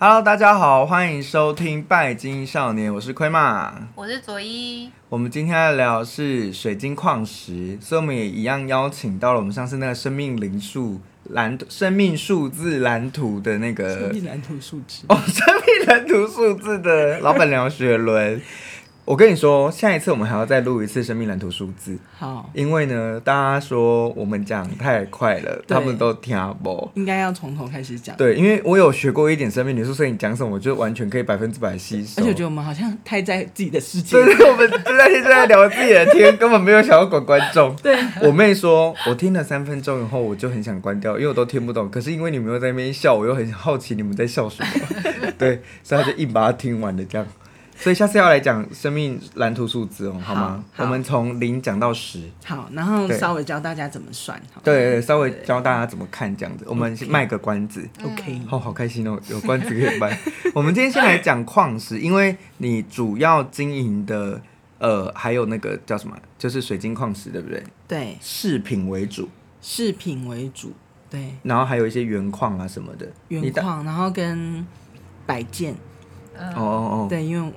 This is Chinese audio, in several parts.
Hello，大家好，欢迎收听《拜金少年》，我是亏嘛。我是佐伊，我们今天来聊的是水晶矿石，所以我们也一样邀请到了我们上次那个生命灵数蓝生命数字蓝图的那生个命蓝图数值。呃哦， 生命蓝图数字的老板娘雪伦。我跟你说，下一次我们还要再录一次生命蓝图数字，好，因为呢，大家说我们讲太快了，对他们都听不。应该要从头开始讲。，对，因为我有学过一点生命灵数，所以你讲什么，我就完全可以百分之百吸收。而且我觉得我们好像太在自己的世界所。以我们那天就在聊自己的天，根本没有想要管观众。对，我妹说，我听了三分钟以后，我就很想关掉，因为我都听不懂。可是因为你们又在那边笑，我又很好奇你们在笑 什么。对，所以她就硬把它听完了这样。所以下次要来讲生命蓝图数字哦，好吗？好好我们从零讲到十，好，然后对稍微教大家怎么算。好，对对对，稍微教大家怎么看这样子。我们先卖个关子。嗯，OK，好、好开心哦，有关子可以卖。我们今天先来讲矿石，因为你主要经营的呃，还有那个叫什么，就是水晶矿石，对不对？对，饰品为主，饰品为主，对，然后还有一些原矿啊什么的。你原大矿，然后跟摆件，嗯、哦哦哦，对，因为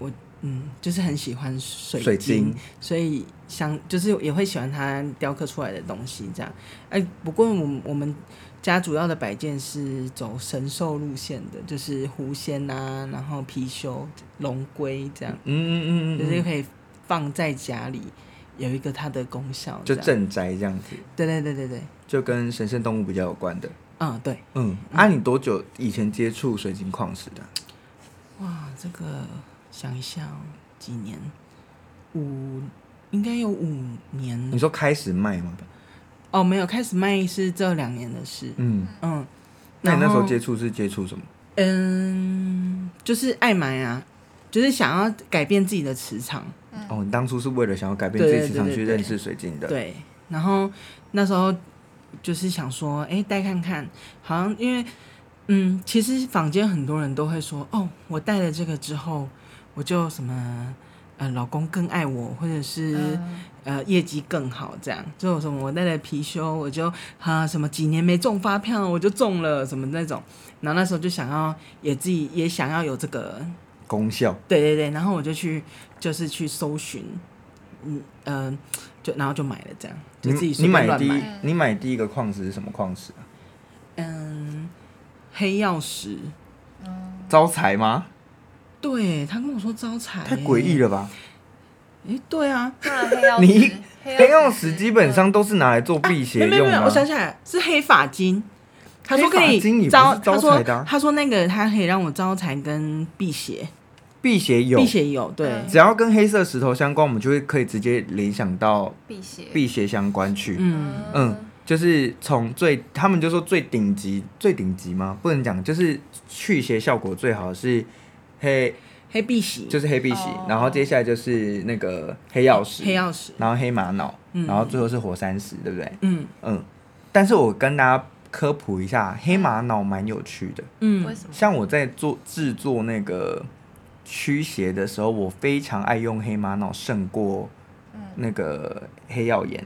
我嗯，就是很喜欢水水晶所以想就是也会喜欢它雕刻出来的东西这样。哎、不过我们我们家主要的摆件是走神兽路线的，就是狐仙啊，然后貔貅、龙龟这样，嗯嗯嗯就嗯是嗯，可以放在家里，有一个它的功效这就样。镇宅这样子，对对对对对，就跟神圣动物比较有关的。嗯对，嗯，啊，你多久以前接触水晶矿石的啊？哇，这个想一下、哦，几年？五应该有五年了你说开始卖吗？哦，没有，开始卖是这两年的事。嗯，嗯，那你那时候然后接触是接触什么？嗯，就是爱买啊，就是想要改变自己的磁场。哦，你当初是为了想要改变自己对市场对对去对认识水晶的。对，然后那时候就是想说，哎、戴看看，好像因为，嗯，其实坊间很多人都会说，哦，我戴了这个之后，我就什么，呃，老公更爱我，或者是。嗯呃业绩更好，这样就有什么我带了貔貅，我就啊什么几年没中发票我就中了什么那种，然后那时候就想要也自己也想要有这个，功效。对对对，然后我就去就是去搜寻，嗯嗯、呃就然后就买了这样，就你自己随你便买乱第一买，你买第一个矿石是什么矿石啊？嗯，黑曜石，招财吗？哎对他跟我说招财、太诡异了了，吧！哎、对啊，不然黑曜 石你一哎黑曜石石基本上都是拿来做辟没邪有没有用没的有，啊、我想起来是黑发巾。他说黑可发以巾也不是招他财说的啊他说那个他可以让我招财跟辟邪，辟邪有辟，邪有对、嗯只要跟黑色石头相关，我们就会可以直接联想到辟邪，辟邪相关去。嗯，嗯，就是从最，他们就说最顶级，最顶级吗？不能讲，就是去邪效果最好的是黑，黑碧玺就是黑碧玺，哦然后接下来就是那个黑曜石，黑曜石，然后黑玛瑙，嗯然后最后是火山石，对不对？嗯嗯，但是我跟大家科普一下，黑玛瑙蛮有趣的。为嗯什么？像我在做制作那个驱邪的时候，我非常爱用黑玛瑙胜过嗯那个黑曜岩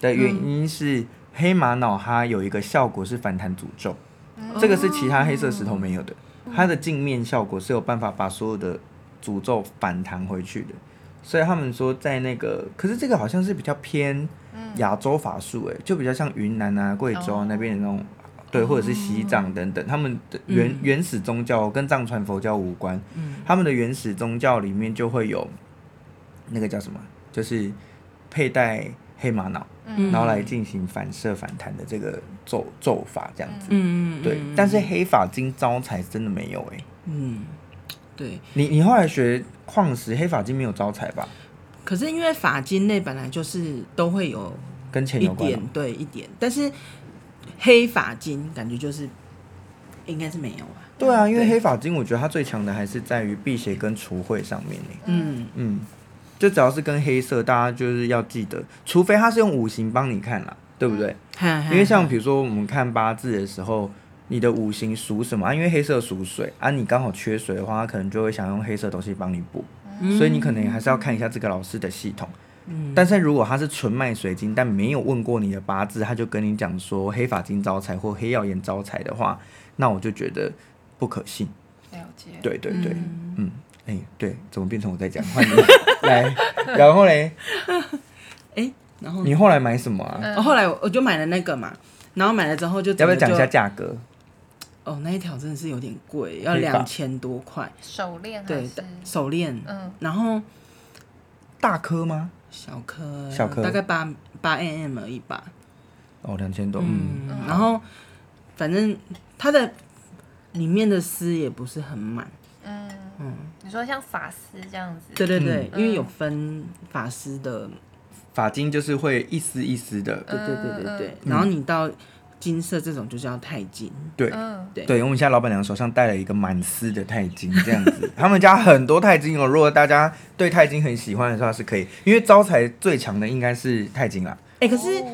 的原嗯因是，黑玛瑙它有一个效果是反弹诅咒，嗯这个是哦其他黑色石头没有的，它的镜面效果是有办法把所有的诅咒反弹回去的。所以他们说，在那个，可是这个好像是比较偏嗯亚洲法术，哎，就比较像云南啊、贵州啊哦那边的那种，对，或者是西藏等等，他们的原、哦嗯原始宗教跟藏传佛教无关，嗯他们的原始宗教里面就会有那个叫什么，就是佩戴黑玛瑙，嗯然后来进行反射反弹的这个咒咒法这样子。嗯对，但是黑发金招财真的没有哎、嗯对，你你后来学矿石黑发金没有招财吧？可是因为法金类本来就是都会有跟钱一有关吗点对一点，但是黑法金感觉就是应该是没有吧，对啊，因为对黑发金我觉得它最强的还是在于辟邪跟除秽上面呢、嗯嗯，就只要是跟黑色，大家就是要记得，除非它是用五行帮你看啦，对不嗯对？因为像比如说我们看八字的时候，你的五行属什么啊？因为黑色属水啊，你刚好缺水的话，它可能就会想用黑色东西帮你补，所以你可能还是要看一下这个老师的系统。嗯但是如果他是纯卖水晶，但没有问过你的八字，他就跟你讲说黑发金招财或黑曜岩招财的话，那我就觉得不可信。了解。对对对，嗯嗯，哎、对，怎么变成我在讲？换你来，然后 嘞，然后你后来买什么啊？嗯哦后来我我就买了那个嘛，然后买了之后就要整不要个就讲一下价格？哦，那一条真的是有点贵，要可以吧两千多块，手链还对啊是，手链，嗯然后大颗吗？小颗小颗大概八八 mm 而已吧，哦，两千多，嗯，嗯嗯，然后反正它的里面的丝也不是很满，嗯你说像发丝这样子，对对对，嗯因为有分发丝的，发巾就是会一丝一丝的，对对对对嗯对，然后你到金色这种就叫钛金，对。嗯，对对，我们现在老板娘手上戴了一个满丝的钛金，这样子。 他们家很多钛金哦，如果大家对钛金很喜欢的话是可以，因为招财最强的应该是钛金啦。哎，可哦是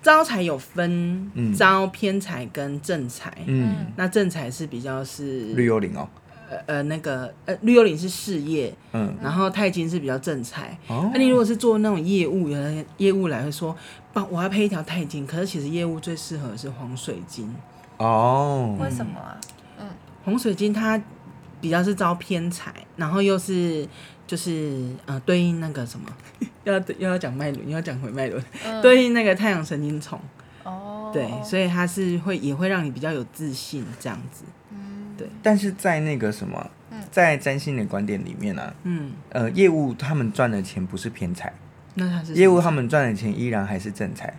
招财有分嗯招偏财跟正财，嗯，嗯那正财是比较是绿幽灵哦，呃呃那个呃绿幽灵是事业，嗯，然后钛金是比较正财。哦那、，你如果是做那种业务，有的业务来会说，帮我要配一条钛金，可是其实业务最适合的是黄水晶，哦，为什么啊？黄水晶它比较是招偏财，然后又是就是呃对应那个什么， 又要又要讲脉轮，又要讲回脉轮，嗯对应那个太阳神经丛，哦，对，所以它是会也会让你比较有自信这样子，嗯对但是在那个什么嗯，在占星的观点里面呢、啊，嗯，呃，业务他们赚的钱不是偏财，那它是业务他们，们赚的钱依然还是正财，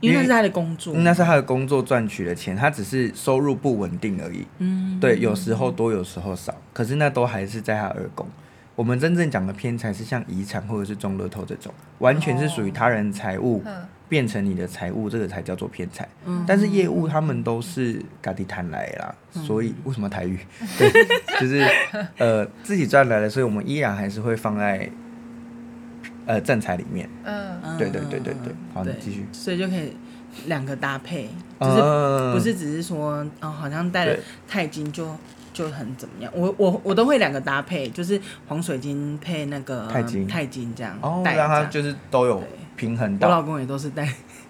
因为因那为是他的工作，那是他的工作赚取的钱，他只是收入不稳定而已。嗯，对，有时候多，有时候少，可是那都还是在他二宫。我们真正讲的偏财是像遗产或者是中乐透这种，完全是属于他人财物、嗯变成你的财物，这个才叫做偏财。哦嗯但是业务他们都是嘎地谈来的啦，所以为什么台 语？对，就是呃自己赚来的，所以我们依然还是会放在呃正财里面。嗯对对对对对好你继续所以就可以两个搭配，就是嗯，不是只是说哦，好像戴了对钛金就就很怎么样？我我我都会两个搭配，就是黄水晶配那个嗯钛金钛金这样哦，戴让他这样就是都有对平衡我到老。公也都是戴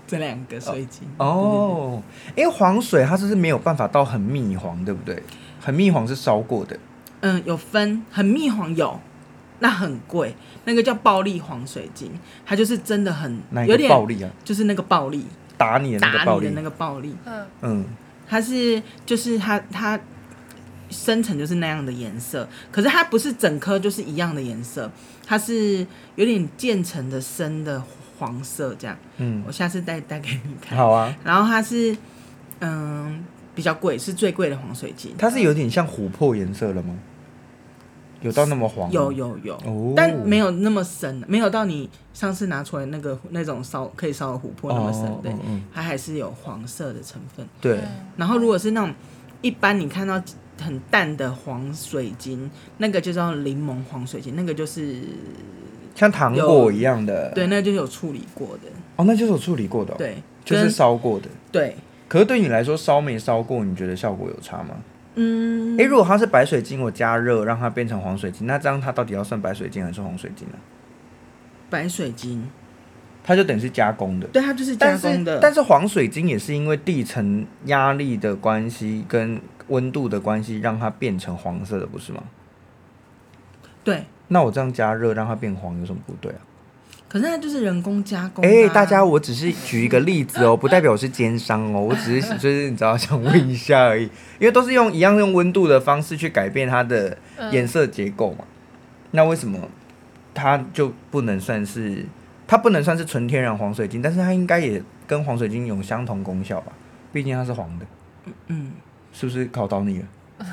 这两个水晶。哦，因为黄水它就是没有办法到很蜜黄，对不对？很蜜黄是烧过的，对，对对嗯，有分很蜜黄有，那很贵，那个叫暴力黄水晶，它就是真的很那一有个点暴力啊，就是那个暴力打你的那打个暴你力的，那个暴力，嗯嗯，它是就是它它深层就是那样的颜色，可是它不是整颗就是一样的颜色，它是有点渐层的深的黄色这样。嗯我下次带带给你看。好啊，然后它是嗯比较贵，是最贵的黄水晶，它是有点像琥珀颜色了吗？有到那么黄吗？有有有。哦，但没有那么深，没有到你上次拿出来那个那种烧可以烧的琥珀那么深，哦对嗯嗯，它还是有黄色的成分。对，嗯然后如果是那种一般你看到很淡的黄水晶，那个就叫柠檬黄水晶，那个就是像糖果一样的，对，那个就是有处理过的，哦，那就是有处理过的哦，对，就是跟烧过的。对，可是对你来说，烧没烧过，你觉得效果有差吗？嗯诶，，如果它是白水晶，我加热让它变成黄水晶，那这样它到底要算白水晶还是红水晶呢？啊白水晶，它就等于是加工的。对，它嗯就是加但工是的，但是黄水晶也是因为地层压力的关系跟温度的关系，让它变成黄色的，不是吗？对，那我这样加热让它变黄有什么不对啊？可是它就是人工加工的啊。哎、大家，我只是举一个例子哦，不代表我是奸商 哦，我只是就是你知道想问一下而已，因为都是用一样用温度的方式去改变它的嗯嗯颜色结构嘛。那为什么它就不能算是它不能算是纯天然黄水晶？但是它应该也跟黄水晶有相同功效吧？毕竟它是黄的。嗯，是不是考倒你了？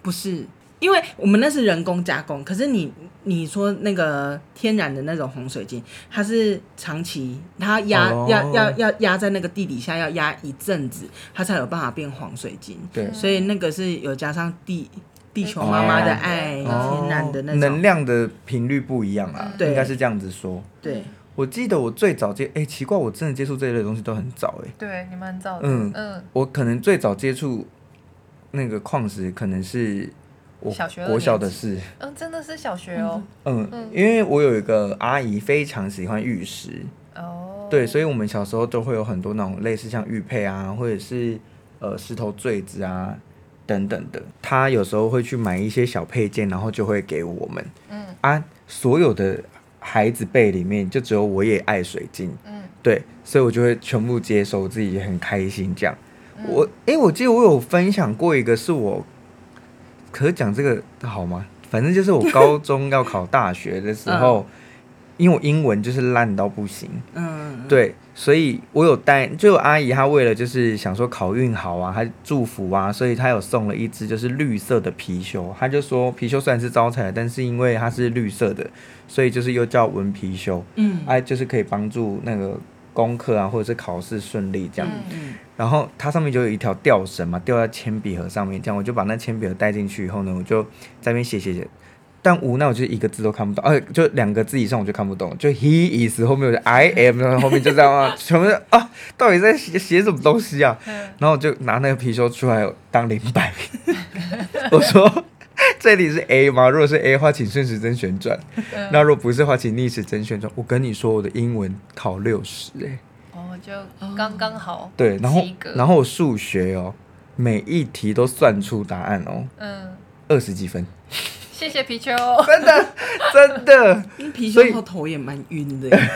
不是。因为我们那是人工加工，可是你你说那个天然的那种红水晶，它是长期它压、哦要要要压在那个地底下，要压一阵子，它才有办法变黄水晶。对所以那个是有加上地地球妈妈的爱，哦天然的那能种，量的频率不一样啊，对应该是这样子说。对，我记得我最早接，哎、奇怪，我真的接触这一类东西都很早哎、对，你蛮早的，嗯嗯我可能最早接触那个矿石，可能是我小学二国小的年级事，嗯，真的是小学哦，嗯，嗯因为我有一个阿姨非常喜欢玉石，哦，对，所以我们小时候都会有很多那种类似像玉佩啊，或者是呃石头坠子啊，等等的。他有时候会去买一些小配件，然后就会给我们。嗯啊，所有的孩子辈里面，就只有我也爱水晶。嗯，对，所以我就会全部接收，自己也很开心这样。嗯我诶，我记得我有分享过一个，是我，可是讲这个好吗？反正就是我高中要考大学的 嗯时候，因为我英文就是烂到不行，嗯，对，所以我有带，就有阿姨她为了就是想说考运好啊，她祝福啊，所以她有送了一只就是绿色的貔貅，她就说貔貅虽然是招财，但是因为它是绿色的，所以就是又叫文貔貅，嗯哎、就是可以帮助那个功课啊或者是考试顺利这样。嗯嗯然后它上面就有一条吊绳嘛，吊在铅笔盒上面，这样我就把那铅笔盒带进去以后呢，我就在那边写写写，但无奈我就是一个字都看不懂，而、且就两个字以上我就看不懂，就 he is 后面我就 I am，然后后面就这样啊，全部就啊，到底在写写什么东西啊？嗯然后我就拿那个貔貅出来当零摆，我说这里是 A 吗？如果是 A 的话，请顺时针旋转；嗯那如果不是的话，请逆时针旋转。我跟你说，我的英文考六十哎。哦，就刚刚好，对，然后及格然后我数学哦，每一题都算出答案哦，嗯，二十几分，谢 谢皮丘，真的。嗯，貔所以貅后头也蛮晕 的耶，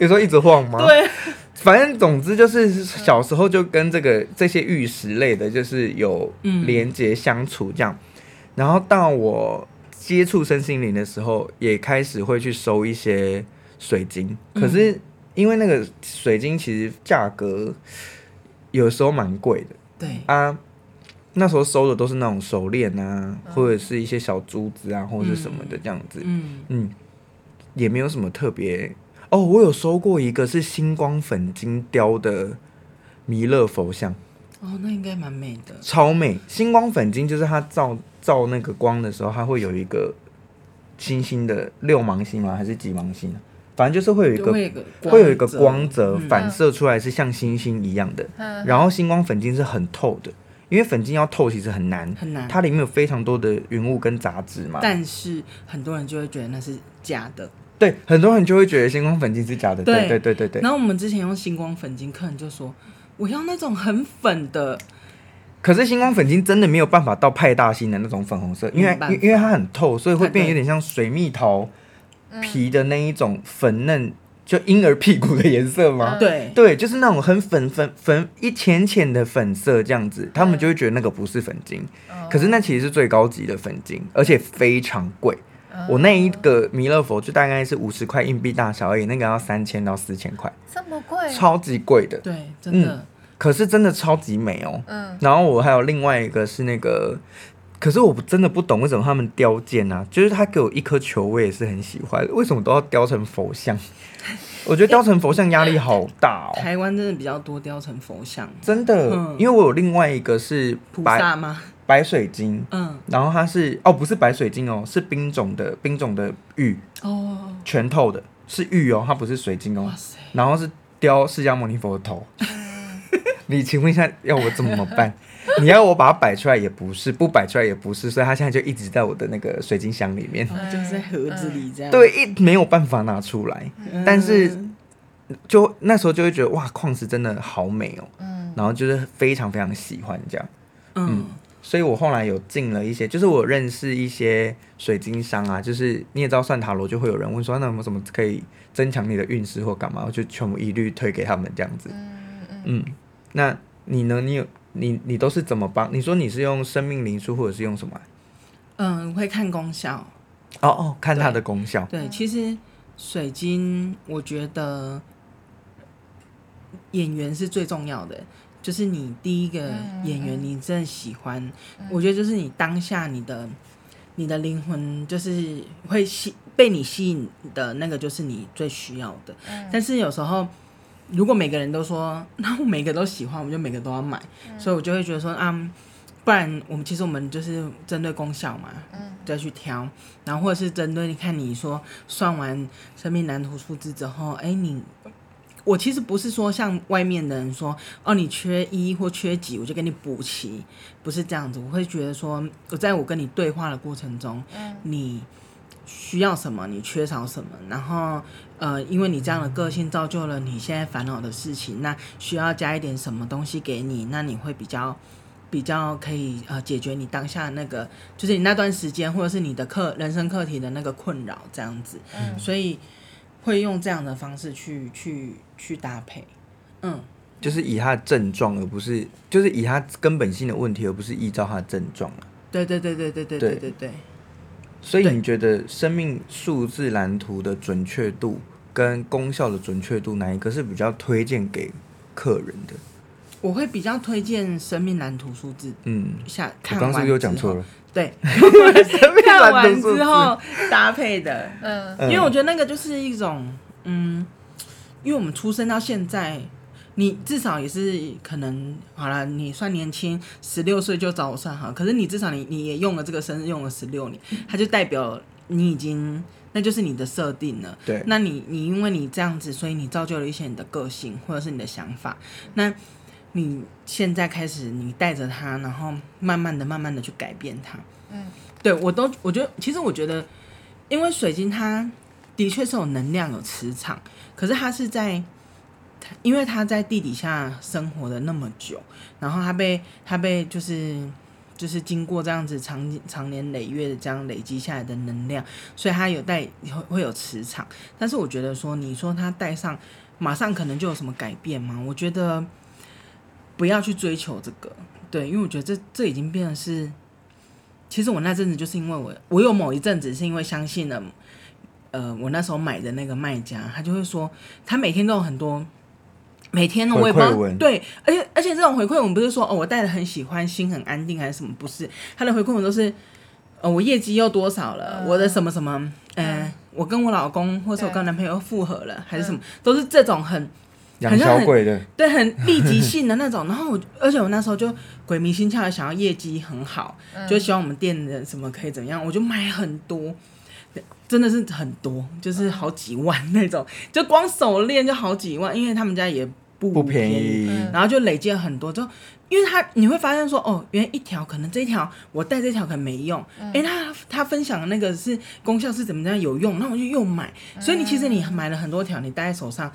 有时候一直晃吗？，对，反正总之就是小时候就跟这个这些玉石类的，就是有嗯连接相处这样。然后到我接触身心灵的时候，也开始会去收一些水晶，可是因为那个水晶其实价格有时候蛮贵的。对，啊，那时候收的都是那种手链啊，或者是一些小珠子啊，或者是什么的这样子，嗯嗯也没有什么特别。哦，我有收过一个是星光粉金雕的弥勒佛像，哦，那应该蛮美的，超美。星光粉金就是它照照那个光的时候，它会有一个星星的六芒星吗？还是几芒星啊？反正就是会有一就个会有一个会有一个泽光泽嗯反射出来，是像星星一样的。嗯，然后星光粉晶是很透的，因为粉晶要透其实很难，很难，它里面有非常多的云雾跟杂质嘛。但是很多人就会觉得那是假的。对，很多人就会觉得星光粉晶是假的。对对对对对对。然后我们之前用星光粉晶，客人就说我要那种很粉的，可是星光粉晶真的没有办法到派大星的那种粉红色，因为没办法因因为它很透，所以会变对有点像水蜜桃嗯皮的那一种粉嫩，就婴儿屁股的颜色吗？对，对，就是那种很粉粉粉一浅浅的粉色这样子，嗯他们就会觉得那个不是粉晶。哦可是那其实是最高级的粉晶，而且非常贵。嗯我那一个弥勒佛就大概是五十块硬币大小而已，那个要三千到四千块，这么贵，超级贵的。对，真的，可是真的超级美哦。嗯然后我还有另外一个是那个，可是我不真的不懂为什么他们雕件啊，就是他给我一颗球，我也是很喜欢，为什么都要雕成佛 像？我觉得雕成佛像压力好大哦，台湾真的比较多雕成佛像，真的嗯，因为我有另外一个是菩白萨吗？白水晶。嗯，然后它是哦，不是白水晶哦，是冰种的冰种的玉，哦，全透的，是玉哦，它不是水晶哦哇。塞，然后是雕释迦牟尼佛的头。 你请问一下，要我怎么办？ 你要我把它摆出来也不是，不摆出来也不是，所以它现在就一直在我的那个水晶箱里面。然后就是在盒子里这样，对，一没有办法拿出来，嗯，但是就那时候就会觉得哇，矿石真的好美哦，嗯然后就是非常非常喜欢这样。嗯，所以我后来有进了一些，就是我认识一些水晶商啊，就是你也知道算塔罗就会有人问说，那有没有什么可以增强你的运势或干嘛，我就全部一律推给他们这样子。嗯嗯嗯，那你呢？你有你你都是怎么帮？你说你是用生命灵数，或者是用什么啊、嗯，会看功效。哦哦，看它的功效。嗯对，其实水晶，我觉得演员是最重要的，就是你第一个嗯演嗯员，你真的喜欢，我觉得就是你当下你的你的灵魂就是会吸被你吸引的那个，就是你最需要的。嗯但是有时候。如果每个人都说， 那我每个都喜欢，我们就每个都要买，嗯所以我就会觉得说，啊，不然我们其实我们就是针对功效嘛，嗯再去挑，然后或者是针对你看你说算完生命蓝图数字之后，哎，你我其实不是说像外面的人说哦，你缺一或缺几，我就给你补齐，不是这样子。我会觉得说，我在我跟你对话的过程中，嗯你需要什么，你缺少什么，然后呃，因为你这样的个性造就了你现在烦恼的事情，那需要加一点什么东西给你，那你会比较。比较可以呃解决你当下那个，就是你那段时间或者是你的课人生课题的那个困扰这样子，嗯所以会用这样的方式去去去搭配，嗯，就是以他的症状，而不是就是以他根本性的问题，而不是依照他的症状啊对对对对对对对对对，所以对你觉得生命数字蓝图的准确度跟功效的准确度，哪一个是比较推荐给客人的？我会比较推荐生命蓝图数字嗯，下我看刚完是不是又讲之后 错了？对，生 命看蓝完图数之字， 后搭配的，嗯嗯因为我觉得那个就是一种，嗯，因为我们出生到现在，你至少也是可能好了，你算年轻，十六岁就找我算好，可是你至少你你也用了这个生日用了十六年，它就代表你已经那就是你的设定了。嗯对，那你你因为你这样子，所以你造就了一些你的个性或者是你的想法。那你现在开始，你带着它，然后慢慢的、慢慢的去改变它。嗯对我都，我觉得其实我觉得，因为水晶它的确是有能量、有磁场，可是它是在，它因为它在地底下生活了那么久，然后它被它被就是就是经过这样子长长年累月的这样累积下来的能量，所以它有带会会有磁场。但是我觉得说，你说它戴上马上可能就有什么改变吗？我觉得不要去追求这个，对，因为我觉得这这已经变得是。其实我那阵子就是因为我，我有某一阵子是因为相信了，呃，我那时候买的那个卖家，他就会说，他每天都有很多，每天呢回馈我也不知道文，对，而且而且这种回馈文不是说哦我戴的很喜欢，心很安定还是什么，不是，他的回馈文都是，呃，我业绩又多少了，嗯我的什么什么，呃，嗯我跟我老公或是我对跟我男朋友复合了，还是什嗯么，都是这种很养小鬼的，对，很立即性的那 种。然后我，而且我那时候就鬼迷心窍的想要业绩很好，嗯就希望我们店的什么可以怎样，我就买很多，真的是很多，就是好几万那种，就光手链就好几万，因为他们家也不不便便宜，嗯然后就累积了很多，就因为他你会发现说，哦，原来一条可能这一条我戴这条可能没用，哎、他他分享的那个是功效是怎么样有用，那我就又买，所以你其实你买了很多条，你戴在手上，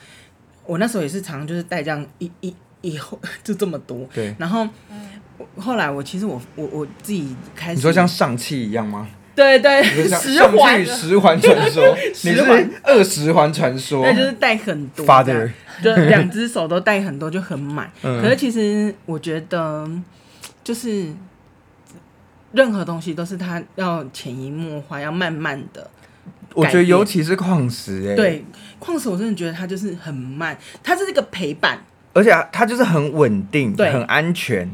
我那时候也是常就是戴这样一一以后 就这么多，对。然后嗯我后来我其实我我我自己开始，你说像上汽一样吗？对对你说像 十环上汽，十环传 说，你十环是二十环传说那就是戴很多这样，Father， 就两只手都戴很多，就很满。嗯可是其实我觉得，就是任何东西都是它要潜移默化，要慢慢的。我觉得尤其是矿石、欸，，对，矿石我真的觉得它就是很慢，它是一个陪伴。而且它就是很稳定，对很安全。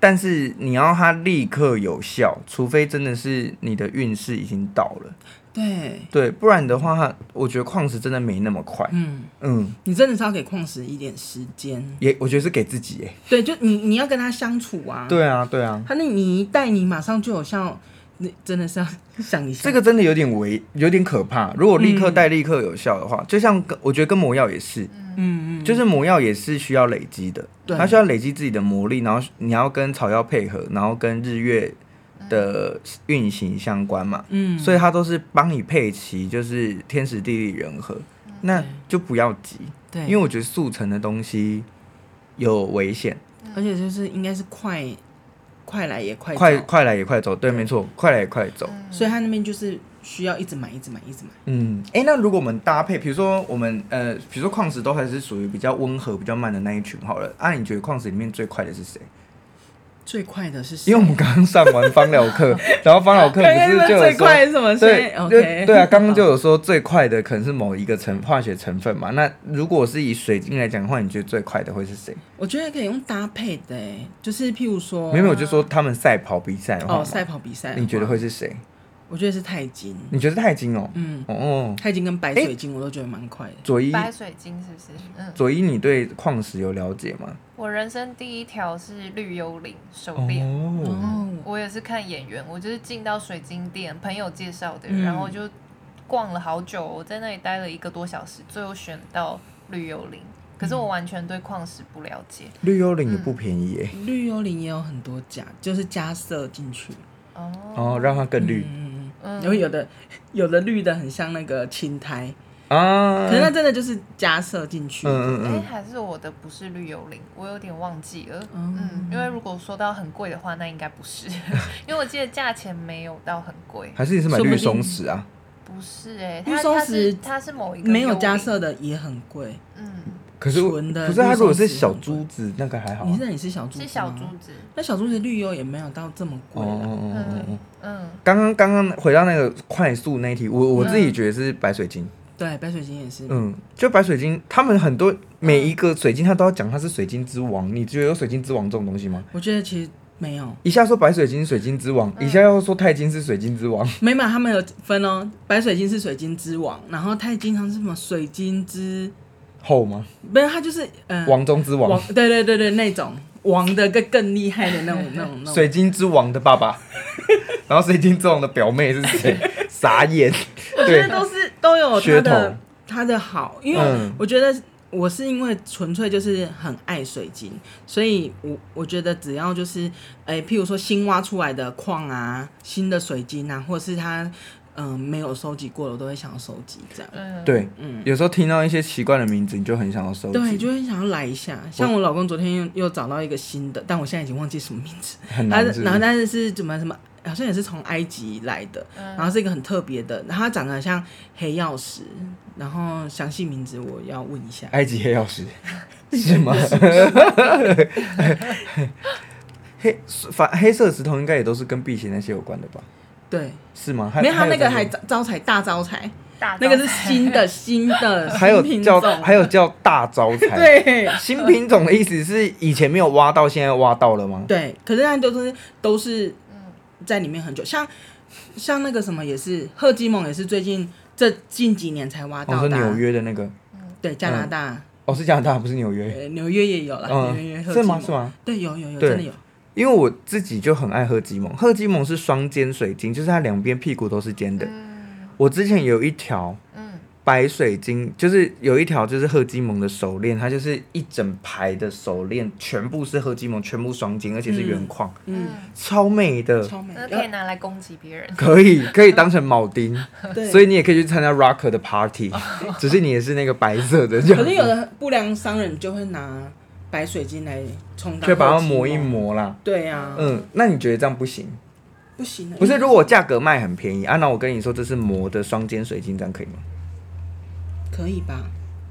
但是你要它立刻有效，除非真的是你的运势已经到了，对，对，不然的话，我觉得矿石真的没那么快。嗯，嗯，你真的是要给矿石一点时间。也我觉得是给自己、欸。对，就你你要跟它相处啊。，对啊，对啊，它那你一戴，你马上就有效，你真的是要想一下。这个真的有点危，有点可怕。如果立刻带立刻有效的话，就像跟我觉得跟魔药也是，嗯，嗯嗯，就是魔药也是需要累积的，对它需要累积自己的魔力，然后你要跟草药配合，然后跟日月的运行相关嘛，嗯，所以它都是帮你配齐，就是天时地利人和，那嗯对就不要急，对，因为我觉得速成的东西有危险，而且就是应该是快快来也快快走快来也快走，对，没错，快来也快走，所以他那边就是需要一直买，一直买，一直买。嗯，哎、那如果我们搭配，比如说我们呃，比如说矿石都还是属于比较温和、比较慢的那一群好了，啊，你觉得矿石里面最快的是谁？最快的是谁？因为我们刚刚上完芳疗 课，然后芳疗课不刚刚是那就有最说，快是什么？对 谁对，OK，对啊，刚 刚就有说最快的可能是某一个成化学成分嘛。那如果是以水晶来讲的话，你觉得最快的会是谁？我觉得可以用搭配的欸，就是譬如说，没有，我就说他们赛跑比赛的话嘛哦，赛跑比赛的话，你觉得会是谁？我觉得是钛金，你觉得钛金哦？嗯，哦，钛金跟白水晶我都觉得蛮快的。佐伊，白水晶是不是？嗯，佐伊，你对矿石有了解吗？我人生第一条是绿幽灵手链。哦，哦，我也是看眼缘，我就是进到水晶店，朋友介绍的，嗯然后就逛了好久，我在那里待了一个多小时，最后选到绿幽灵。可嗯是我完全对矿石不了解，绿幽灵也不便宜耶，绿幽灵也有很多家，就是加色进去，哦，哦，让它更绿嗯，嗯嗯嗯然后有的有的绿的很像那个青苔，啊，嗯可是那真的就是加设进去。嗯嗯哎、嗯，还是我的不是绿幽灵，我有点忘记了。嗯嗯，因为如果说到很贵的话，那应该不是， 因为我记得价钱没有到很贵。还是你是买说不绿定松石啊？不是哎、绿它松它是石它是某一个没有幽灵加，设的也很贵。嗯，可是我纯的不是它如果是绿松石小珠子，那个还好啊。你那你是小猪是小珠子，那小猪子绿油也没有到这么贵哦啦。哦哦哦哦。嗯，刚刚刚刚回到那个快速那一题，我我自己嗯觉得是白水晶。对，白水晶也是。嗯，就白水晶，他们很多每一个水晶，它都要讲它是水晶之王。你觉得有水晶之王这种东西吗？我觉得其实没有，一下说白水晶水晶之王，嗯一下又说钛金是水晶之王。没嘛，他们有分哦。白水晶是水晶之王，然后钛金它是什么水晶之，后吗？不是它就是呃王中之王，对对对对那种王的更更厉害的那种那种那种。水晶之王的爸 爸，然后水晶之王的表妹是谁？傻眼。我觉对，得都是都有它噱头的它的好，因为嗯我觉得我是因为纯粹就是很爱水晶，所以我我觉得只要就是哎、譬如说新挖出来的矿啊、新的水晶啊，或是它嗯、呃没有收集过的，我都会想要收集这样。嗯，对，嗯，有时候听到一些奇怪的名字，你就很想要收对，集，就会想要来一下。像我老公昨天又又找到一个新的，但我现在已经忘记什么名字。很他难是不是然后但是是怎么什么，好像也是从埃及来的，嗯然后是一个很特别的，然后它长得很像黑曜石，然后详细名字我要问一下。埃及黑曜 石是吗？ 黑反黑色的石头应该也都是跟辟邪那些有关的吧？对，是吗？没有他那个还还有招招财大招财，大那个招是新的新的还有新品叫种，还有叫大招 财。， 对新品种的意思是以前没有挖到，现在挖到了吗？对，可是它都是都是嗯在里面很久，像像那个什么也是赫基蒙也是最近这近几年才挖我到说的啊、哦纽约的那个，对加拿大，哦，是加拿大，不是纽约。呃纽约也有啦，纽约嗯，赫是基吗？蒙是吗？对，有有有对真的有，因为我自己就很爱喝基蒙，喝基蒙是双尖水晶，就是它两边屁股都是尖的。嗯我之前有一条嗯白水晶，就是有一条就是赫基蒙的手链，它就是一整排的手链，全部是赫基蒙，全部双晶，而且是原矿，嗯，嗯，超美的，超美那，可以拿来攻击别人，可以可以当成铆钉。对，所以你也可以去参加 Rocker 的 party，只 是你也是那个白色的，就可是有的不良商人就会拿白水晶来充当，就把它磨一。磨啦。哦对呀、嗯，那你觉得这样不行？不行的。不是，如果我价格卖很便宜啊，那我跟你说这是磨的双尖水晶，这样可以吗？可以吧？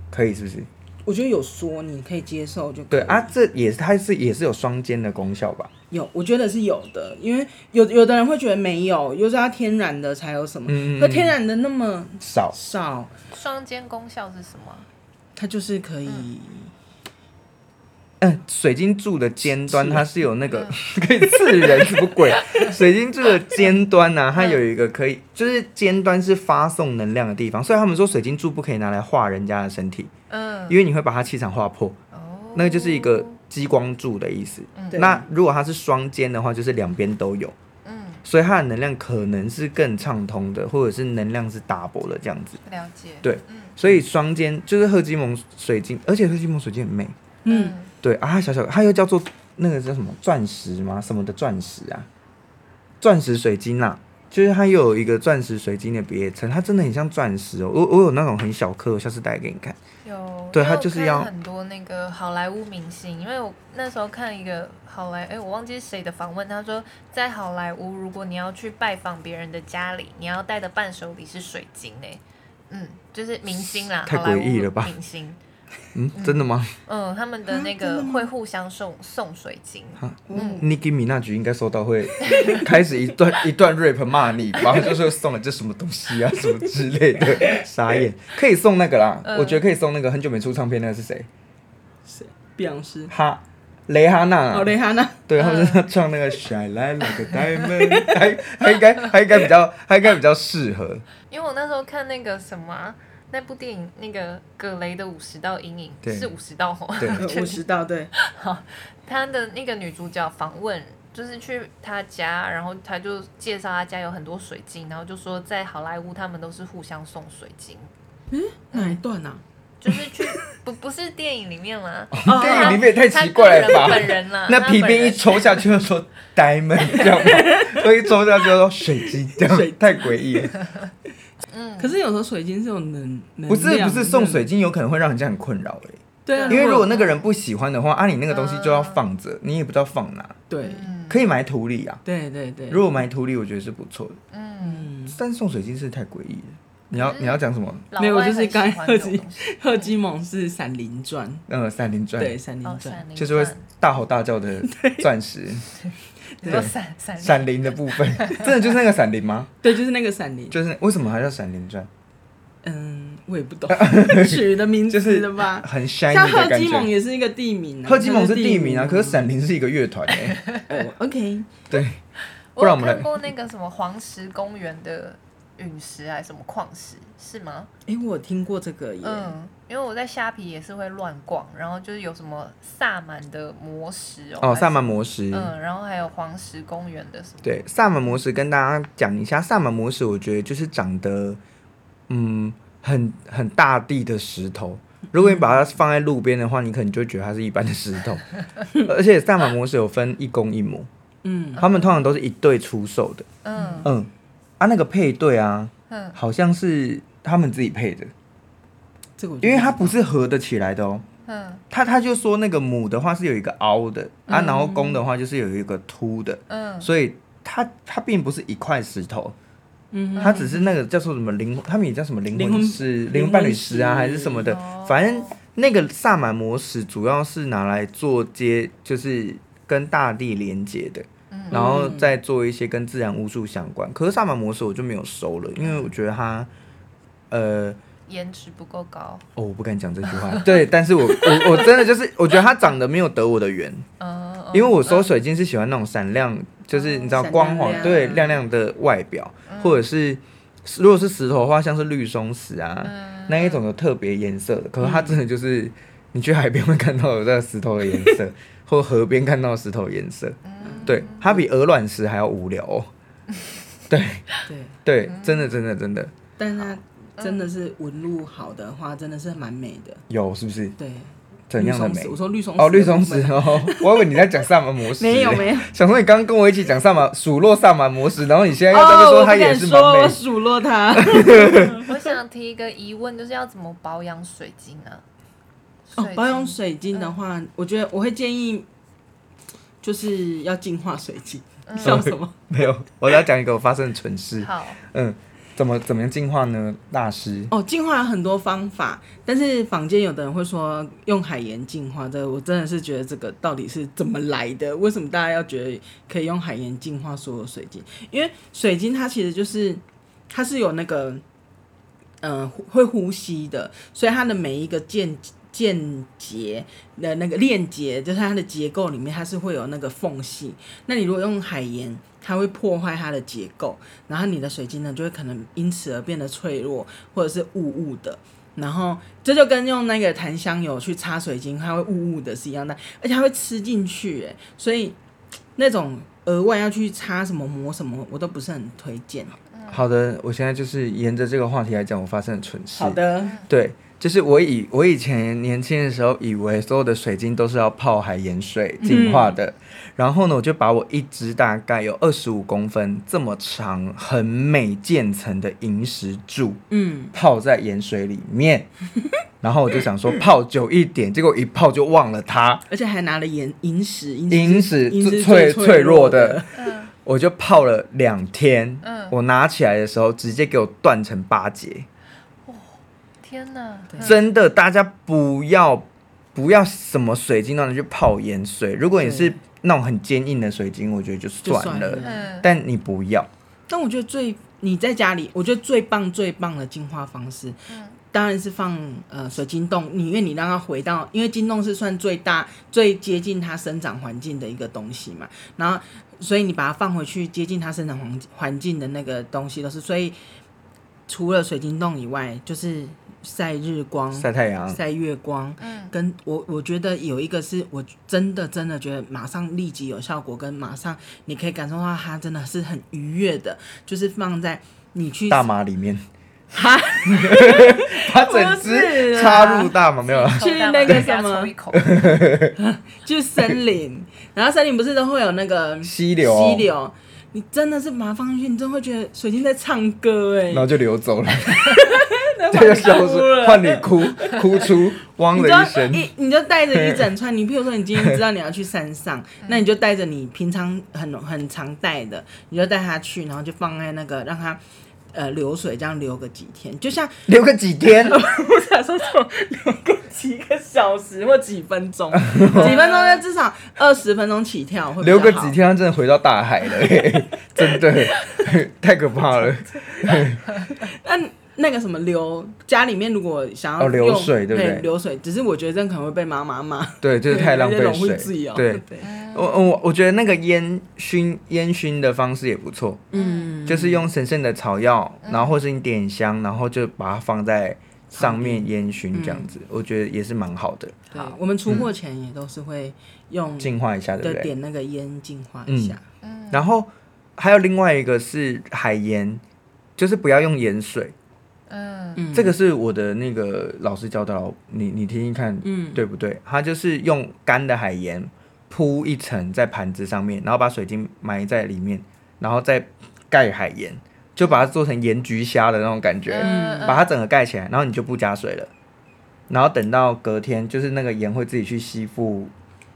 可以是不是？我觉得有说你可以接受就可以对啊，，这也是它是也是有双尖的功效吧？有我觉得是有的，因为有有的人会觉得没有，又是它天然的才有什么，嗯嗯嗯可天然的那么少少，双肩功效是什么？它就是可以。嗯，水晶柱的尖端刺它是有那个嗯 可以刺人，什么 鬼？水晶柱的尖端嗯呢、它有一个可以，就是尖端是发送能量的地方，所以他们说水晶柱不可以拿来画人家的身体，嗯，因为你会把它气场画破。哦那个就是一个激光柱的意思。对那如果它是双尖的话，就是两边都有，嗯，所以它的能量可能是更畅通的，或者是能量是 double 的这样子。了解，对嗯所以双尖就是赫基蒙水晶，而且赫基蒙水晶很美。嗯，嗯，对啊，它小小，它又叫做那个叫什么钻石吗？什么的钻石啊？钻石水晶啊，就是它又有一个钻石水晶的别称，它真的很像钻石哦。我我有那种很小颗，我下次带给你看。有，对因为他我就是看要很多那个好莱坞明星，因为我那时候看一个好莱，哎，我忘记谁的访问，他说在好莱坞，如果你要去拜访别人的家里，你要带的伴手礼是水晶诶，嗯，就是明星啦，太好莱诡异坞了吧明星，嗯，真的吗？嗯，他们的那啊真个的吗会互相送送水晶，嗯 Nicki Minaj 应该收到会 开始一段一段 rap 骂你吧，就说送了这什么东西啊，什么之类的，傻 眼。可以送那个啦，嗯我觉得可以送那个很久没出唱片那个是谁？碧昂斯，哈，蕾哈娜啊、哦好 嘞，哈娜，对，他们是唱那个 Shine Like a Diamond，还 还应该还应该比较还应该比较适合。因为我那时候看那个什么啊。那部电影那个葛雷的五十道阴影对是五十道哦吼，对，呃我知道，对，他的那个女主角访问，就是去他家，然后他就介绍他家有很多水晶，然后就说在好莱坞他们都是互相送水晶，嗯哪一段啊？就是 去不不是电影里面啦，电哦影里面也太奇怪了哦他个人吧本？人啦，那他皮本鞭一人抽下去就说 Diamond 这样吗，所以一抽下去就说水晶这样，太诡异了。嗯，可是有时候水晶是有能能不是量不是送的水，晶有可能会让人家很困扰哎、对啊，因为如果那那个人不喜欢的话，啊，你那个东西就要放嗯着，你也不知道放哪，对嗯可以埋土里啊。对对对，如果埋土里，我觉得是不错的，嗯，嗯但送水晶是太诡异了。你要你要讲什么？老没有外就是很刚才喜欢这二种级东西 赫基蒙是《闪灵传》，呃，闪灵钻，对，《闪灵哦，传闪灵就是会钻大吼大叫 的钻石，你说闪闪灵闪灵的部 分，真的就是那个闪灵吗？》，对，就是那个闪灵。就是为什么还叫闪灵钻？嗯，我也 不懂取的名就是字的吧？很像 shiny 赫的感基蒙觉。也是一个地名啊，赫基蒙是它地名啊，可是闪闪灵是一个乐团 哎。 OK，对，不我然我有们来看过那个什么黄石公园的陨石还是什么矿石是吗？哎，我有听过这个耶，嗯，因为我在虾皮也是会乱逛，然后就是有什么萨满的魔石哦，哦，萨满还魔石是，嗯，然后还有黄石公园的什么，对，萨满模式跟大家讲一下，萨满模式我觉得就是长得，嗯，很很大地的石头。如果你把它放在路边的话，你可能就会觉得它是一般的石头。而且萨满模式有分一公一母，嗯，他们通常都是一对出售的。嗯嗯，啊，那个配对啊，嗯好像是他们自己配的，这个我就因为它知不是合得起来的哦。嗯他他就说那个母的话是有一个凹的啊，嗯然后公的话就是有一个凸的，嗯所以它它并不是一块石头，嗯哼它只是那个叫做什么灵魂，他们也叫什么灵灵魂魂石、灵灵魂魂伴侣石啊，石还是什么的哦，反正那个萨满魔石主要是拿来做接，就是跟大地连接的。嗯然后再做一些跟自然巫术相关，可是萨满魔石我就没有收了，因为我觉得它，呃，颜值不够高，哦，我不敢讲这句话。 对，但是我我我真的就是，我觉得它长得没有得我的缘，嗯，嗯因为我收水晶是喜欢那种闪亮，就是你知道哦闪亮光滑亮嗯对亮亮的外表，或者是如果是石头的话，像是绿松石啊、嗯那一种有特别颜色的，可是它真的就是、你去海边会看到有这个石头的颜色， 或河边看到石头的颜色，嗯对，它比鹅卵石还要无聊、哦。 对对，对，真的真的真的但它真的是纹路好的话，真的是蛮美的。有是不是？对，怎样的绿松美石？我说绿松哦，绿松的石部分哦，我以为你在讲萨满模式、 欸没有 没有。想说你刚刚跟我一起讲萨满数落萨满模式，然后你现在又哎在那边哦说我他不也敢是说蛮我美，数落他。嗯我想提一个疑问，就是要怎么保养水晶啊？哦，保养水嗯水晶的话，我觉得我会建议，就是要净化水晶。嗯笑什么？没有，我要讲一个我发生的蠢晶事。好，嗯，怎么怎么样进化呢？大师，哦，净化有很多方法，但是坊间有的人会说用海盐净化，这我真的是觉得这个到底是怎么来的？为什么大家要觉得可以用海盐净化所有水晶？因为水晶它其实就是它是有那个呃呼会呼吸的，所以它的每一个键键节的那个链接，就是它的结构里面它是会有那个缝隙。那你如果用海盐，它会破坏它的结构，然后你的水晶呢就会可能因此而变得脆弱，或者是雾雾的。然后这就跟用那个檀香油去擦水晶，它会雾雾的是一样的，而且它会吃进去，哎，所以那种额外要去擦什么膜什么，我都不是很推荐。好的，我现在就是沿着这个话题来讲我发生的蠢事好。的，对，就是我以我以前年轻的时候，以为所有的水晶都是要泡海盐水净化嗯的。然后呢，我就把我一只大概有二十五公分这么长、很美渐层的银石柱，嗯，泡在盐水里面， 然后我就想说泡久一点，结果一泡就忘了它。而且还拿了盐银石，银银石银最石脆脆弱的的，，嗯我就泡了两天。嗯我拿起来的时候直接给我断成八节，天哪，嗯真的，大家不要不要什么水晶让你去泡盐水。如果你是对那种很坚硬的水晶，我觉得就算了，就算了嗯但你不要。但我觉得最你在家里，我觉得最棒最棒的净化方式，嗯当然是放呃水晶洞，你因为你让它回到，因为金洞是算最大最接近它生长环境的一个东西嘛，然后所以你把它放回去接近它生长环环境的那个东西都是，所以除了水晶洞以外，就是晒日光、晒太阳，晒月光，嗯跟我我觉得有一个是我真的真的觉得马上立即有效果，跟马上你可以感受到它真的是很愉悦的，就是放在你去大麻里面， 哈把整不只是插啦入大麻没有了。抽大麻那个给他什么嗯抽一口， 去森林，然后森林不是都会有那个溪流溪流，你真的是把它放进去，你真的会觉得水晶在唱歌哎、然后就流 走了。这个时候是换你哭，哭 出汪你了就要一声。一，你就带着一整串。 你譬如说，你今天知道你要去山上，嗯那你就带着你平常很很常带的，你就带它去，然后就放在那个让它呃流水这样流个几天，就像留个几天， 我想说，这种流个几个小时或几分钟， 几分钟就至少二十分钟起跳会比较留好个几。天，他真的回到大海 了、嘿真的 太可怕了。那那个什么流，家里面如果想要哦流用水对不对流水，只是我觉得这样可能会被妈妈骂，对，就是太浪有费点容易水自己。哦对，对，我我我觉得那个烟熏烟熏的方式也不错，嗯，就是用神圣的草药，然后或是你点香，然后就把它放在上面烟熏这样嗯子，我觉得也是蛮好的，对，我们出货前也都是会用净化一下，对不对对？点那个烟净化一下。然后还有另外一个是海盐，就是不要用盐水，嗯嗯，这个是我的那个老师教导你，你听听看，嗯对不对？他就是用干的海盐铺一层在盘子上面，然后把水晶埋在里面，然后再盖海盐，就把它做成盐焗虾的那种感觉，嗯把它整个盖起来，然后你就不加水了。然后等到隔天，就是那个盐会自己去吸附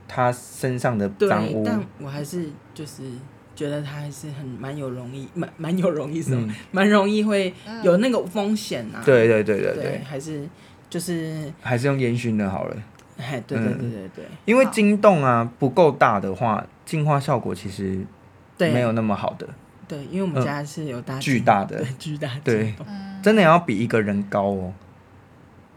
它身上的对脏污，，嗯但我还是就是觉得它还是很蛮有容易，蛮蛮有容易什么，蛮容易会嗯有那个风险呐。嗯对对对对对对，还是就是还是用烟熏的好了。哎，对嗯对对对对因为晶洞啊不够大的话，净化效果其实对，没有那么好的，对，因为我们家是有大巨金大的对巨大金哦对洞嗯真的要比一个人高哦。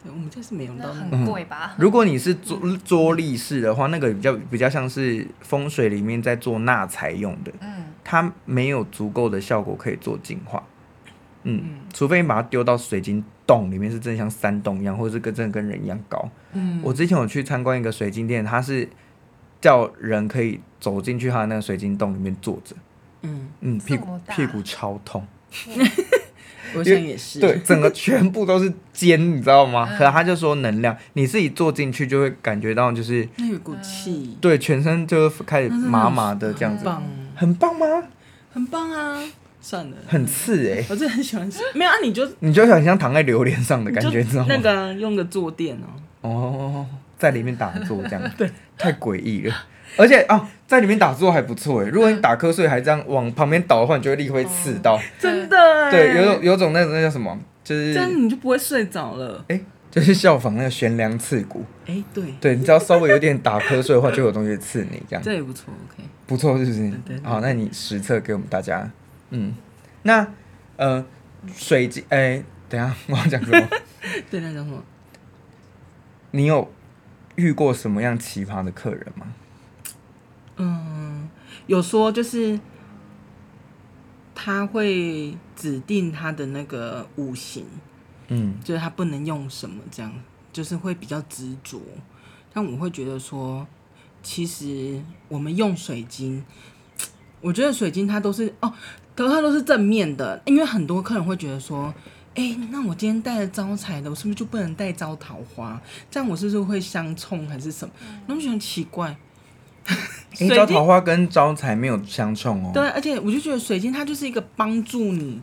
对，我们家是没有那到那么很贵吧？如果你是桌桌立式的话，那个比较比较像是风水里面在做纳财用的，嗯它没有足够的效果可以做净化。嗯，除非你把它丢到水晶洞里面，是真的像山洞一样，或者是跟真的跟人一样高。嗯，我之前有去参观一个水晶店，它是叫人可以走进去它的那个水晶洞里面坐着，嗯，嗯，屁这股么大屁股超痛。我想也是，嗯对，整 个全部都是尖，你知道吗？可他就说能量，你自己坐进去就会感觉到，就是那有股气，对全身就会开始那真的麻很麻的这样很子，棒，很棒吗？很棒啊！算了，很刺哎、我真的很喜欢吃，没有啊，你就你就想像躺在榴莲上的感觉，你你知就道吗？那个啊用个坐垫哦，哦，在里面打坐这样，对，太诡异了。而且啊、在里面打坐还不错哎、如果你打瞌睡还这样往旁边倒的话，你就会立刻会刺到。 真的哎，对，有种有种那种那叫什么，就是这样你就不会睡着了。哎、就是效仿那个悬梁刺骨。哎，对，对，你只要稍微有点打瞌睡的话，就有东西刺你这样。这也不错，OK。不错，是不是对对？好，那你实测给我们大家。嗯，那呃，水晶，哎、等一下我要讲什 么？对，那叫什么？你有遇过什么样奇葩的客人吗？嗯，有说就是他会指定他的那个五行，嗯，就是他不能用什么这样，就是会比较执着。但我会觉得说，其实我们用水晶，我觉得水晶它都是哦，可是它都是正面的，因为很多客人会觉得说。哎、那我今天带了招财的，我是不是就不能带招桃花？这样我是不是会相冲还是什么？那我就觉得很奇怪。你水招晶桃花跟招财没有相冲哦。对，而且我就觉得水晶它就是一个帮助你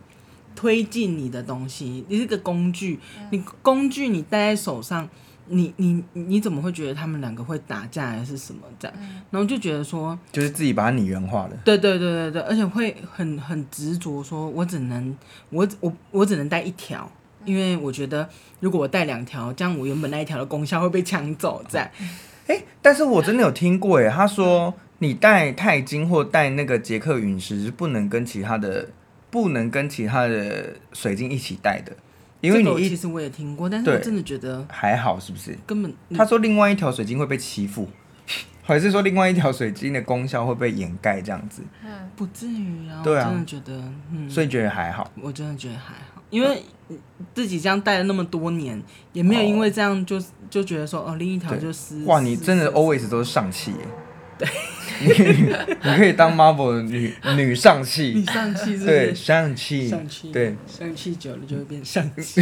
推进你的东西，你是一个工具，你工具你戴在手上，你你你怎么会觉得他们两个会打架还是什么这样？然后就觉得说，就是自己把它拟人化了。对对对对对，而且会很很执着，说我只能我我我只能戴一条。因为我觉得，如果我戴两条，这样我原本那一条的功效会被抢走，这样。哎、但是我真的有听过，哎，他说你戴钛金或戴那个捷克陨石是不能跟其他的，不能跟其他的水晶一起戴的，因为这你个我其一实我也听过，但是我对真的觉得还好是不是？根本他说另外一条水晶会被欺负， 还是说另外一条水晶的功效会被掩盖这样子？嗯，不至于啊！对啊我真的觉得，嗯，所以觉得还好。我真的觉得还好，因为自己这样戴了那么多年，也没有因为这样就、就觉得说哦，另一条对就撕。哇，你撕真的撕 always 都是上气耶。对， 你你可以当 Marvel 的女女上你气，上气是不对是？上气，上气对，上气久了就会变上气。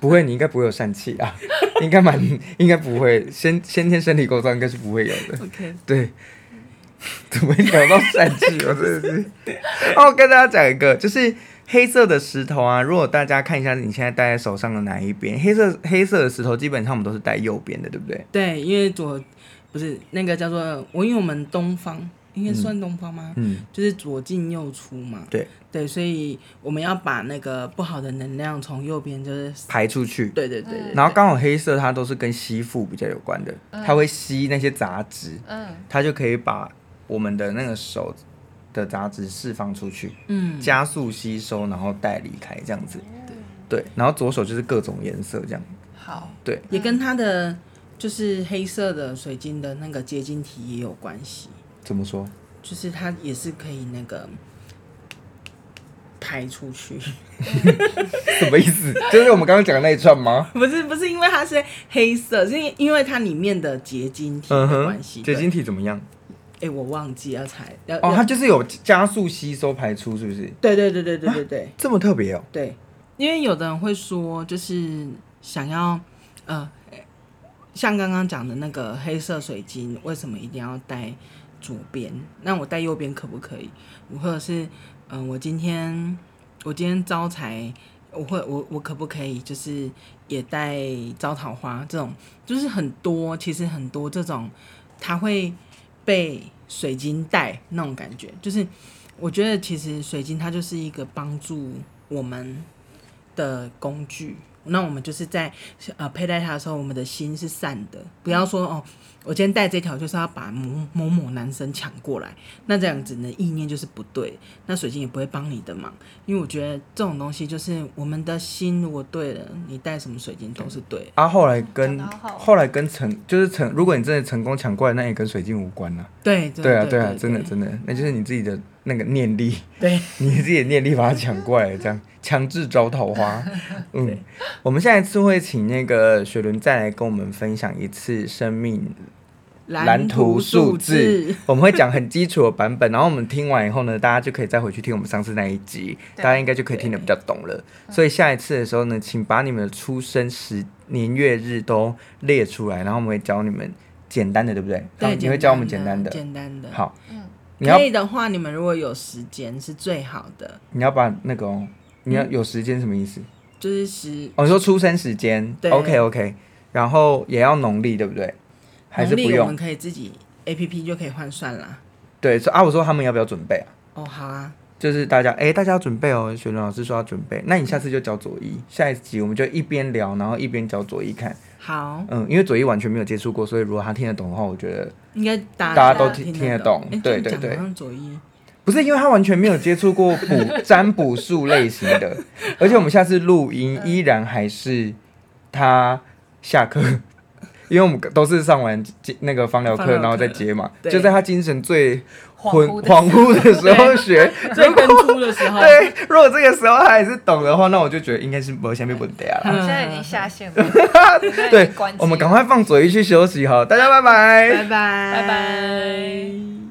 不会，你应该不会有疝气啊，应该蛮，应该不会，先先天生理构造应该是不会有的， OK，对。 怎么会聊到善治？我真的 是。哦，跟大家讲一个，就是黑色的石头啊。如果大家看一下你现在戴在手上的哪一边，黑色黑色的石头基本上我们都是戴右边的，对不对？对，因为左不是那个叫做我，因为我们东方应该算东方吗？嗯，就是左进右出嘛。对对，所以我们要把那个不好的能量从右边就是，排出去。对对对对，嗯然后刚好黑色它都是跟吸附比较有关的，它会吸那些杂质，嗯，它就可以把我们的那个手的杂质释放出去，嗯，加速吸收，然后带离开这样子。对，然后左手就是各种颜色这样。好，对，也跟它的就是黑色的水晶的那个结晶体也有关系，怎么说？就是它也是可以那个排出去。 什么意思？ 就是我们刚刚讲的那一串吗？不是不是因为它是黑色，是因为因为它里面的结晶体嗯的哼关，系。呃结晶体怎么样？对，哎、我忘记要采要哦，要它就是有加速吸收排出，是不是？对对对对对对对这么特别哦。对，因为有的人会说，就是想要呃，像刚刚讲的那个黑色水晶，为什么一定要戴左边？那我戴右边可不可以？我或者是嗯、呃我今天我今天招财。我会我我可不可以就是也戴招桃花这种，就是很多其实很多这种，它会被水晶带那种感觉，就是我觉得其实水晶它就是一个帮助我们的工具。那我们就是在呃佩戴它的时候，我们的心是善的，不要说哦，我今天戴这条就是要把某某某男生抢过来，那这样子呢意念就是不对，那水晶也不会帮你的忙，因为我觉得这种东西就是我们的心如果对了，你戴什么水晶都是对的。啊，后来跟讲得好好后来跟成就是成，如果你真的成功抢过来，那也跟水晶无关了。对对啊，对对啊，真的真的，那就是你自己的那个念力，对， 你自己的念力把它抢过来，这样强制招桃花。嗯，我们下一次会请那个雪伦再来跟我们分享一次生命蓝图数字， 我们会讲很基础的版本，然后我们听完以后呢，大家就可以再回去听我们上次那一集，对大家应该就可以听得比较懂了。嗯所以下一次的时候呢，请把你们的出生时年月日都列出来，然后我们会教你们简单的，对不对？好对，你会教我们简简单的。简单的。好，嗯你要可以的话，你们如果有时间是最好的，你要把那个、哦，你嗯要有时间什么意思？就是时哦，你说出生时间对，OK OK，然后也要农历对不对？还是农不历我用们？可以自己 A P P 就可以换算啦。对，说啊，我说他们要不要准备啊？哦，好啊，就是大家，哎、大家要准备哦。雪伦老师说要准备，那你下次就教左一，下一集我们就一边聊，然后一边教左一看。好，嗯，因为左一完全没有接触过，所以如果他听得懂的话，我觉得应该大大家都听听听得懂诶对这样对对讲好像左一，不是因为他完全没有接触过卜占卜术类型 的，而且我们下次录音依然还是他下课，因为我们都是上完那个芳疗芳疗课，课然后再接嘛，对就在他精神最恍昏惚的恍惚的时候学。 最跟出的时候，对，如果这个时候他还是懂的话，那我就觉得应该是没先被问题啊我啦。们现在已经下 线了，对，我们赶，快放左一去休息哈，大家拜拜拜拜，拜拜。